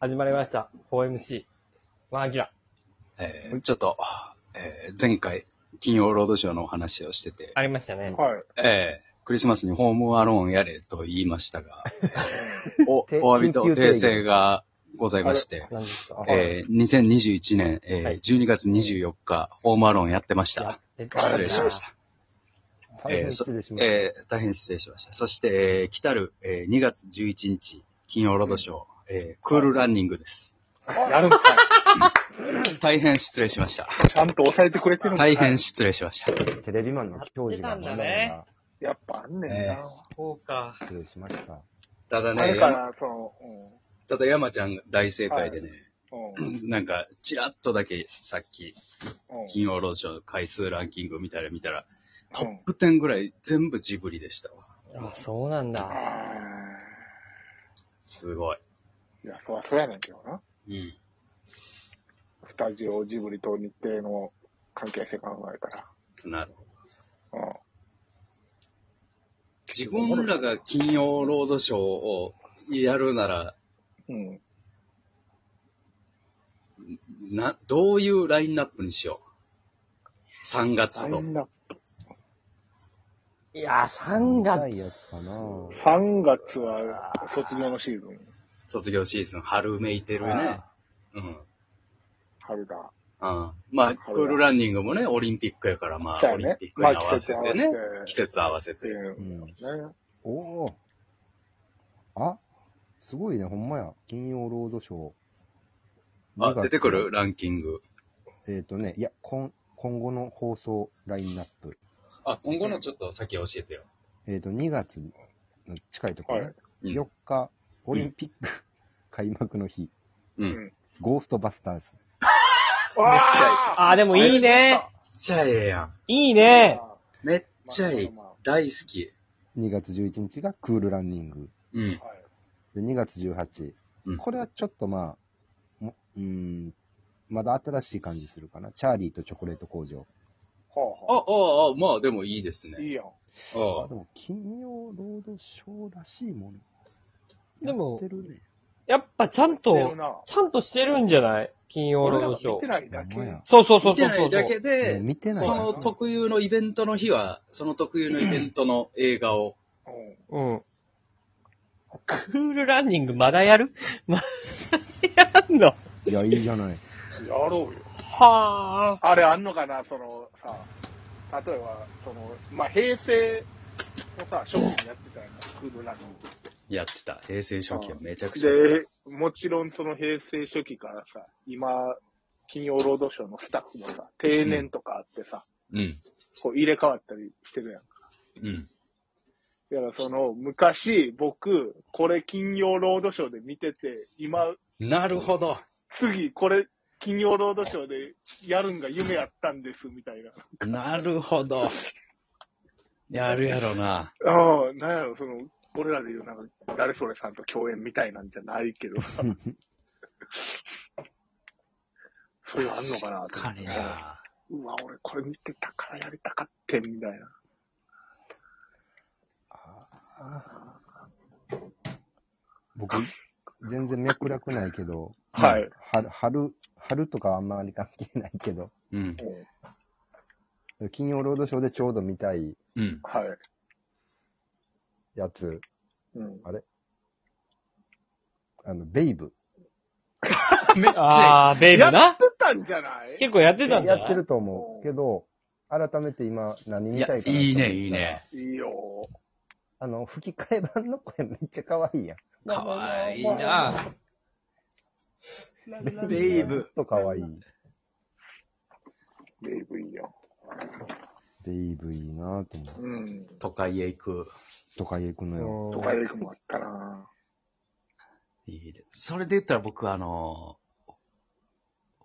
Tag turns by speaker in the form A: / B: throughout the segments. A: 始まりました。4MC。ワンアキラ。
B: えーちょっと、えー前回、金曜ロードショーのお話をしてて、
A: ありましたね。
C: はい。
B: えークリスマスにホームアローンやれと言いましたが、お、
D: て
B: お詫びと
D: 緊急提言
B: 訂正がございまして、
A: 何ですか
C: あれ
B: えー2021年、えー
A: はい
B: 12月24日、ホームアローンやってまし
A: や
B: た。
A: ってた
B: 失礼しまし。た。
D: 大変失礼しました。
B: えー大変失礼しました。そして、えー来たる、えー2月11日、金曜ロードショー、えークールランニングです。
C: やるんか い。
B: 大変失礼しました。
C: ちゃんと抑えてくれてるんかい
B: 大変失礼しました。
D: テレビマンの教授が
A: やってたんだね
C: やっぱあんねんな。
B: え
A: そうか。
D: 失礼しました。
B: ただ
C: あ
B: ね
C: れ、かな、その、
B: ただ山ちゃんが大正解でね、
C: うん。うん。
B: なんか、ちらっとだけさっき、
C: うん。
B: 金曜ロードショーの回数ランキング見たら見たら、ト
C: うん
B: ップ10ぐらい全部ジブリでしたわ。
A: あ、そうなん
C: あ
A: だ。
C: あ
B: すごい。
C: ー。いや、そらそうやねんけどな。
B: うん。
C: スタジオジブリと日程の関係性考えたら。
B: なるほど。
C: うん。
B: 自分らが金曜ロードショーをやるなら、
C: うん。
B: な、どういうラインナップにしよう。3月
C: ライ
B: と。
C: ンナッ
A: いや、3
D: 見たいや
A: 月。
D: つかな
C: プ3月は卒業のシーズン。
B: 卒業シーズン、春めいてるね。うん。
C: 春だ。
B: あまあ、クールランニングもね、オリンピックやから、ま
C: そう
B: あ、
C: や
B: オリン
C: ね
B: ピッ。クに合
C: まあ季
B: わせ
C: 節合
B: て
C: わせ
B: ね
C: て。。
B: 季節合わせ
C: ってい
B: て。
C: う
D: うん
C: ね。
D: おお。あ、すごいね、ほんまや。金曜ロードショー。
B: あ
D: 2、月
B: 出てくるランキング。
D: えっ、とね、いや、今、今後の放送ラインナップ。
B: あ、今後のちょっと先教えてよ。
D: えっ、と、2月の近いところ
C: はい
D: ね。
B: うん
D: 4日、オリンピック開幕の日。
B: うん。
D: ゴーストバスターズ。
B: めっちゃいい
C: あ
A: あ、でもいいね。
B: めっちゃええやん。
A: いい
C: ー
A: ね。
B: めっちゃええ。
C: まあま
B: 大好き。
D: 2月11日がクールランニング。
B: うん
C: あ。まあはい
D: で、2月18、
B: うん
D: これはちょっとまあ、もうーん、まだ新しい感じするかな。チャーリーとチョコレート工場。
C: は
B: あ、
C: あは
B: ああ、まあでもいいです
C: あ。い
B: ね。
C: いやん。
D: あ
B: あ
D: でも、金曜ロードショーらしいもん。
A: でも
D: やってるね。
A: やっぱちゃん
C: 出
A: と
C: る、な
A: ちゃんとしてるんじゃない金曜ロ
C: 俺
A: ー
C: ら
A: ド
C: が
A: ショ
C: 見て
A: ー。
C: ないだけ。
D: ほんまや
A: そうそう
B: あ。
A: そう
B: 見
A: そう
B: てないだけ
A: そう。
D: もう
B: で、
D: 見てない
B: その特有のイベントの日は、その特有のイベントの映画を、
C: うん
A: うん。クールランニングまだやる まだやんの
D: いや、いいじゃない。
C: やろうよ。
A: はあ。
C: あれあんのかな、そのさ、例えば、その、まあ、平成のさ、初期にやってたよな、クールラン
B: やってた。平成初期はめちゃくちゃ。
C: で、もちろんその平成初期からさ、今、金曜ロードショーのスタッフもさ、定年とかあってさ、
B: うん。
C: こう入れ替わったりしてるやんか。
B: うん。
C: だからその、昔、僕、これ金曜ロードショーで見てて、今、
B: なるほど。
C: 次、これ、金曜ロードショーでやるんが夢やったんです、みたいな。
B: なるほど。やるやろな。
C: ああ、なんやろ、その、俺らで言う、なんか、誰それさんと共演みたいなんじゃないけどさ。そういうのあんのかなと思
B: か
C: って
B: にな。
C: うわ、俺これ見てたからやりたかってん、みたいな。
D: 僕、全然脈絡ないけ ど、
C: はい。
D: 春、春、春とかはあんまり関係ないけど、
B: うん。
D: 金曜ロードショーでちょうど見たい
B: うん。
C: はい。
D: やつ、
C: うん。
D: あの、ベイブ。
B: めっちゃ
A: ああ、ベイブ
C: や
A: な
C: って。たんじゃない
A: 結構やってたんじゃ
D: や
A: ない
D: ってると思うけど、改めて今何
B: いい。い
D: 見た
B: や、
D: いかなと思ったら
B: いいね、いいね。。
C: いいよ。
D: あの、吹き替え版の声めっちゃ可愛いやん。
B: かわいいな。ベイブ。
D: と可愛い。
C: ベイブいいよ。
D: ベイブいいなぁと思う。
C: うん。
B: 都会へ行く。
D: とか行くのよ。
C: とかレイクもあったな。
B: いいねそれで言ったら僕、あのー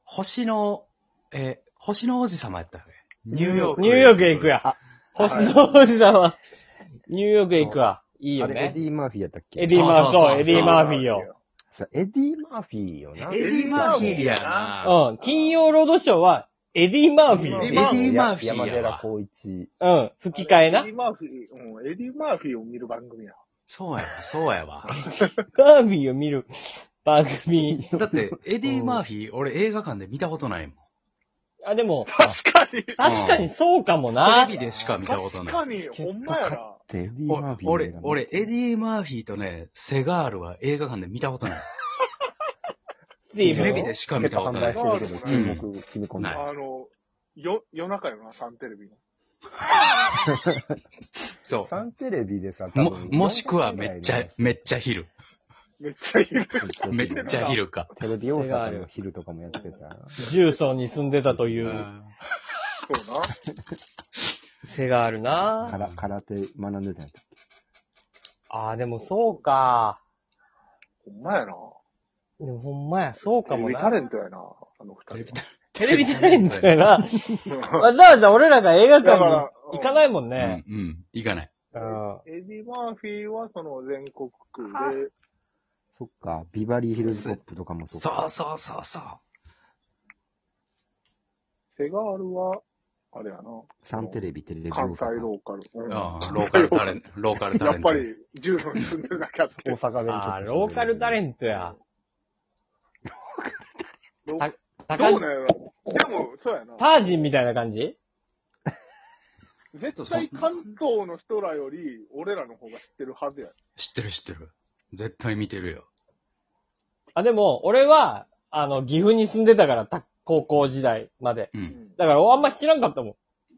B: 星の、えー星の王子様やったね。ニューヨーク。
A: ニューヨークへ行く。や。
C: はい
A: 星野王子様。ニューヨークへ行くわ。いい
D: あ
A: よ
D: れ、エ
A: ね
D: デ。ィ・マーフィーやったっけ
A: エディ・マーフィー、
B: そうそうそう
A: そう、エディ・マーフィーよ。
D: さエディ・マーフィーよな。
B: エディ・マーフィーやな。
A: うん。金曜ロードショーは、エディ・マーフィ
B: エ
A: ー
B: ディ
A: ね。
B: マーフィーや
D: 山寺宏一。
A: うん。吹き替え
C: エ
A: な
C: デ。ィ・マーフィー、うん、エディ・マーフィーを見る番組や。
B: そうやわ、そうやわ。
A: マーフィーを見る。番組。
B: だって、エディ・マーフィー、俺映画館で見たことないもん。
A: あ、でも、
C: 確かに。
A: 確かにそうかもな
B: テ。レビでしか見たこと
C: 確
B: ない。
C: かに、ほんまやな。
D: デビー・
B: お
D: マーフィーの映
B: 俺
D: 画、見
B: 俺、エディ・マーフィーとね、セガールは映画館で見たことない。
A: スティーブ
B: テレビでしか見たことない。
C: テレビでしか見たことない
D: 販売してるけど、注目決め込ん
B: は
D: だ。
B: い
C: あの、よ、夜中よな、サンテレビの。
B: そ
D: サンテレビでさ、
B: う。も、もしくはめっちゃ、めっちゃ昼。
C: めっちゃいる。
B: めっちゃ昼か。
D: テレビ大阪の昼とかもやってた。
A: 重曹に住んでたといううん
C: そうな。
A: 癖がある
D: か
A: な。
D: ら空手学んでたんやった。
A: あー、でもそうか。
C: ほんまやな。
A: でもほんまや、そうか
C: テレ
A: も
C: ビタレ
A: な。
C: ントやな、あの二人。
A: テレビタレントやな。
C: うん
A: わざわざ俺らが映画
C: だ
A: 館
C: か
A: に
C: ら
A: 行かないもん
B: う
A: ね。
B: ん、うん。行かない。
A: うん。
C: エディ・マーフィーはその全国区で、
D: そっか、ビバリーヒルズコップとかもそっか。
B: そうそうそうそう。
C: セガールは、あれやな。
D: サンテレビ、テレビ大
C: 関
D: 阪。
C: 西ローカル。うん
B: ああローカルタレント。ローカルタ
C: や
B: レ
C: っ
B: ント。
C: ぱり、重曹に住んでるだけあって。
D: 大阪弁
A: あー、ローカルタレントや。
C: どう
A: た高
C: どう
A: い
C: なんやろ。でも、そうやな
A: タ。ージンみたいな感じ
C: 絶対関東の人らより、俺らの方が知ってるはずや。
B: 知ってる知ってる。絶対見てるよ。
A: あ、でも、俺は、あの、岐阜に住んでたから、た高校時代まで。
B: う。
C: うんん。
A: だから、あんま知らんかったもん。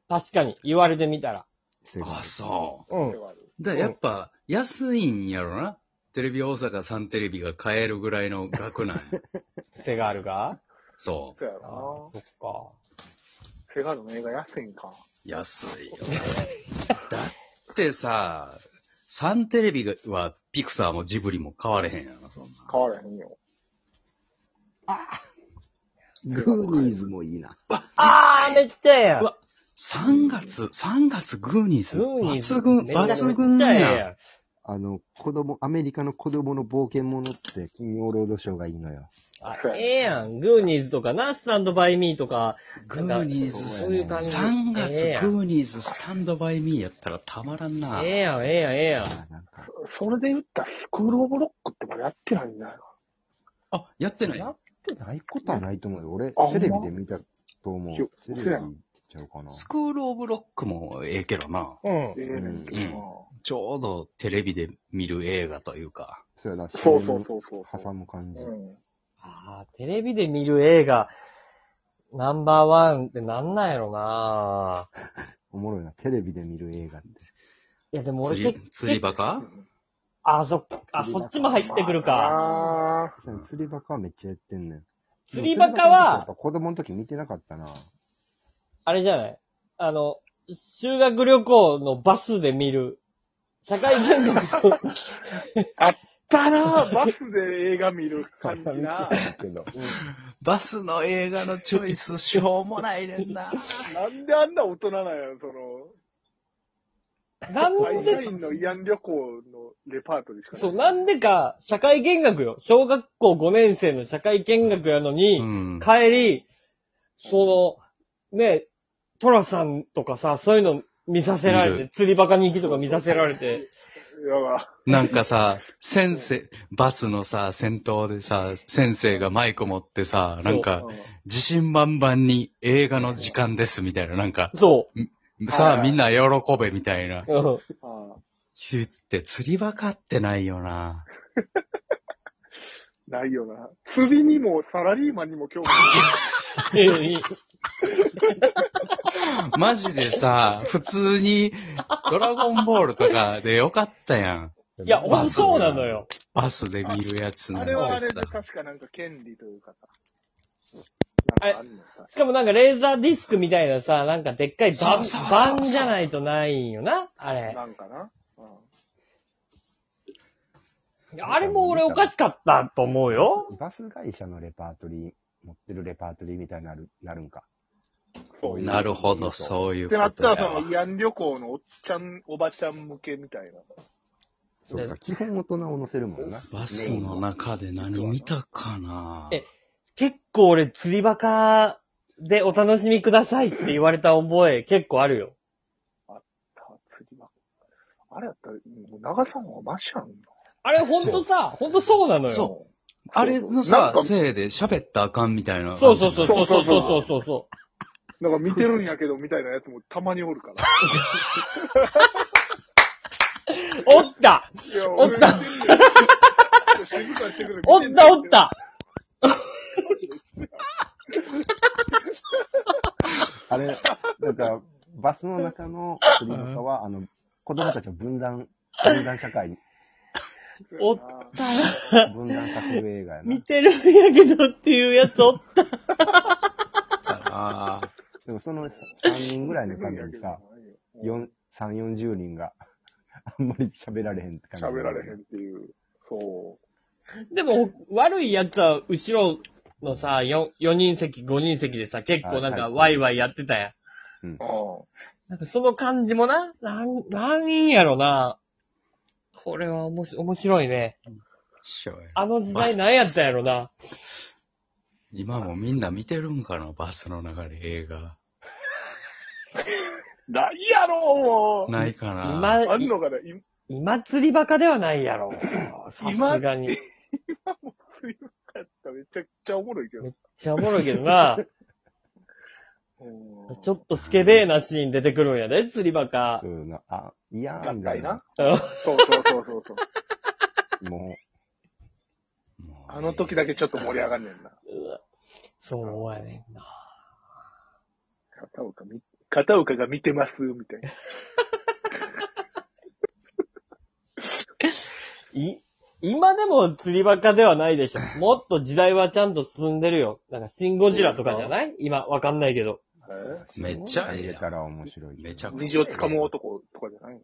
A: 確かに、言われてみたら。
D: セガール
B: あ、そう
C: セ
A: ん。
C: ガール。。
B: だからやっぱ、安いんやろな。テレビ大阪さんテレビが買えるぐらいの額なん や
A: セガールが
B: そ
C: そうや
A: あー
C: ろ
A: そっか。
C: な。セガールの映画安いんか。
B: う。安 いよ。だってさ、サンテレビはピクサーもジブリも買われへんやな、そんな。
C: 変わらへんよ。
D: グーニーズもいいな。
A: あー、めっちゃええやん
B: う。わ3月、3月グーニーズ。
A: グーニーズ
B: 抜群、
A: めちゃくちゃ
B: 抜群や
A: ええ
B: ん。
A: やん。
D: あの、子供、アメリカの子供の冒険者って金曜ロードショーがいいのよ。
A: あ、ええやん。グーニーズとかな、スタンドバイミーとか。
B: グーニーズ、
A: そういう感じ。
B: 3月
A: ええやん
B: グーニーズスタンドバイミーやったらたまらんな。
A: ええやん、ええやん、ええやん。
D: あなんか、
C: それで言ったら、スクールオブロックってまだやってないんじゃないの
B: あ、やってない
D: やってないことはないと思うよ。俺
C: あほん、ま
D: テレビで見たと思
C: よ
D: う。テレビで見ちゃうかな。
B: スクールオブロックもええけどな。
A: うん。
C: ええねんけど
B: う
C: な
B: んちょうどテレビで見る映画というか。
D: そうやな、
C: そうそうそうそう。
D: 挟む感じ。
C: うん。
A: ああ、テレビで見る映画、ナンバーワンってなんなんやろな
D: おもろいな、テレビで見る映画って。
A: いや、でも
B: 釣
A: 俺
B: り
A: 結、
B: 釣りバカ
A: あ、そっか、あ、そっちも入ってくるか。
C: か。
D: そうや釣りバカはめっちゃやってんねん。
A: 釣りバカは
D: やっぱ子供の時見てなかったな。
A: あれじゃないあの、修学旅行のバスで見る、社会見学と、
C: だなバスで映画見る感じ な。
D: けど。
B: バスの映画のチョイスしょうもないねんな。
C: なんであんな大人なんや、その、
A: なん
C: 会社
A: で、
C: 員の慰安旅行のレパートリーしかない。
A: そう、なんでか、社会見学よ。小学校5年生の社会見学やのに、
B: うん。
A: 帰り、その、ね、トラさんとかさ、そういうの見させられ
B: 見
A: て、釣りバカ人気とか見させられて、
C: やば。
B: なんかさ、先生、バスのさ、先頭でさ、先生がマイク持ってさ、なんか、自信満々に映画の時間ですみたいな、なんか、
A: そ
B: さあ
C: はい
B: みんな喜べみたいな。
A: う。うん
C: うんああ
B: 言って、釣りバカってないよな。
C: ないよな。釣りにもサラリーマンにも興味
A: いや いや
B: マジでさ、普通に、ドラゴンボールとかでよかったやん。
A: いや、ほんとそうなのよ。
B: バスで見るやつ
C: ない。
B: な
C: あ
B: んて
C: れ
B: さ
C: はあれで確かなんか権利というかさ。なんかあんのさ。
A: しかもなんかレーザーディスクみたいなさ、なんかでっかい
B: そう
A: バ
B: そ
A: ン
B: うそうそう、
A: バンじゃないとないんよな、あれ。
C: なんかな。うん
A: あれも俺おかしかったと思うよ。
D: バス会社のレパートリー、持ってるレパートリーみたいになる、なるんか。
C: そういう
B: なるほど、そういう
C: ってな
B: こ
C: っ
B: と
C: た
B: や
C: ら、その
B: わ。
C: 慰安旅行のおっちゃん、おばちゃん向けみたいな。
D: そうか、基本大人を乗せるもんな。
B: バスの中で何見たかな
A: え結構俺釣りバカでお楽しみくださいって言われた覚え結構あるよ。
C: 釣りは。あれやったら、もう長さんはマシやんな。
A: あれほんとさ、ほんとそうなのよ。
B: そあれの
C: な
B: さ
C: ん、か
B: せいで喋ったらあかんみたいな。
A: そうそうそうそうそう
C: そう
A: そうそうそ
C: なんか見てるんやけどみたいなやつもたまにおるから。
A: う。おった
C: いや
A: おった
C: 俺静かにしてくれ
A: おったおっ。た
D: あれ、 なんか、バスの中のスリム化は、あの、子供たちを分断、分断社 会に、
A: おっ
C: った
D: 分断させる映画やな
A: 見。てるんやけどっていうやつおった。
B: ああ。
D: でもその3人ぐらいの感じにさ、、4 3、40人が、あんまり喋られへんって感じ。
C: 喋られへんっていう。そう。
A: でも、悪いやつは、後ろのさ、4, 四人席、5人席でさ、結構なん
D: あ
A: か
D: はい
A: ワイワイやってたやん。
C: あ
A: なんかその感じもな、なん、なんやろな。これはおもし面白いね。
B: しょうや
A: あの時代何やったんやろな。
B: 今もみんな見てるんかな、バスの中で映画。
C: あないやろ、もう。
B: ないかな。
A: 今、
C: あんのかな、い
A: 今釣りバカではないやろ。さすがに。めっ
C: 今やったらめちゃくちゃおもろいけど。
A: ちゃおもろいけどな。
C: うん
A: ちょっとスケベーなシーン出てくるんやで、釣りバカ
D: う。んな。あ、いやー
C: 合
D: みたい
C: 体な
D: な。。
C: そうそうそうそうそう。
D: も
B: もう
C: あの時だけちょっと盛り上がんねんな。
A: そうやねんな。
C: 片岡み、片岡が見てます、みたいな。
A: い、今でも釣りバカではないでしょ。もっと時代はちゃんと進んでるよ。なんか、シンゴジラとかじゃない今、わかんないけど。
D: う、
B: めっちゃええやん
D: 入れたら面白いけど。
B: めちゃくちゃ
C: 虹をつかむ男とかじゃないの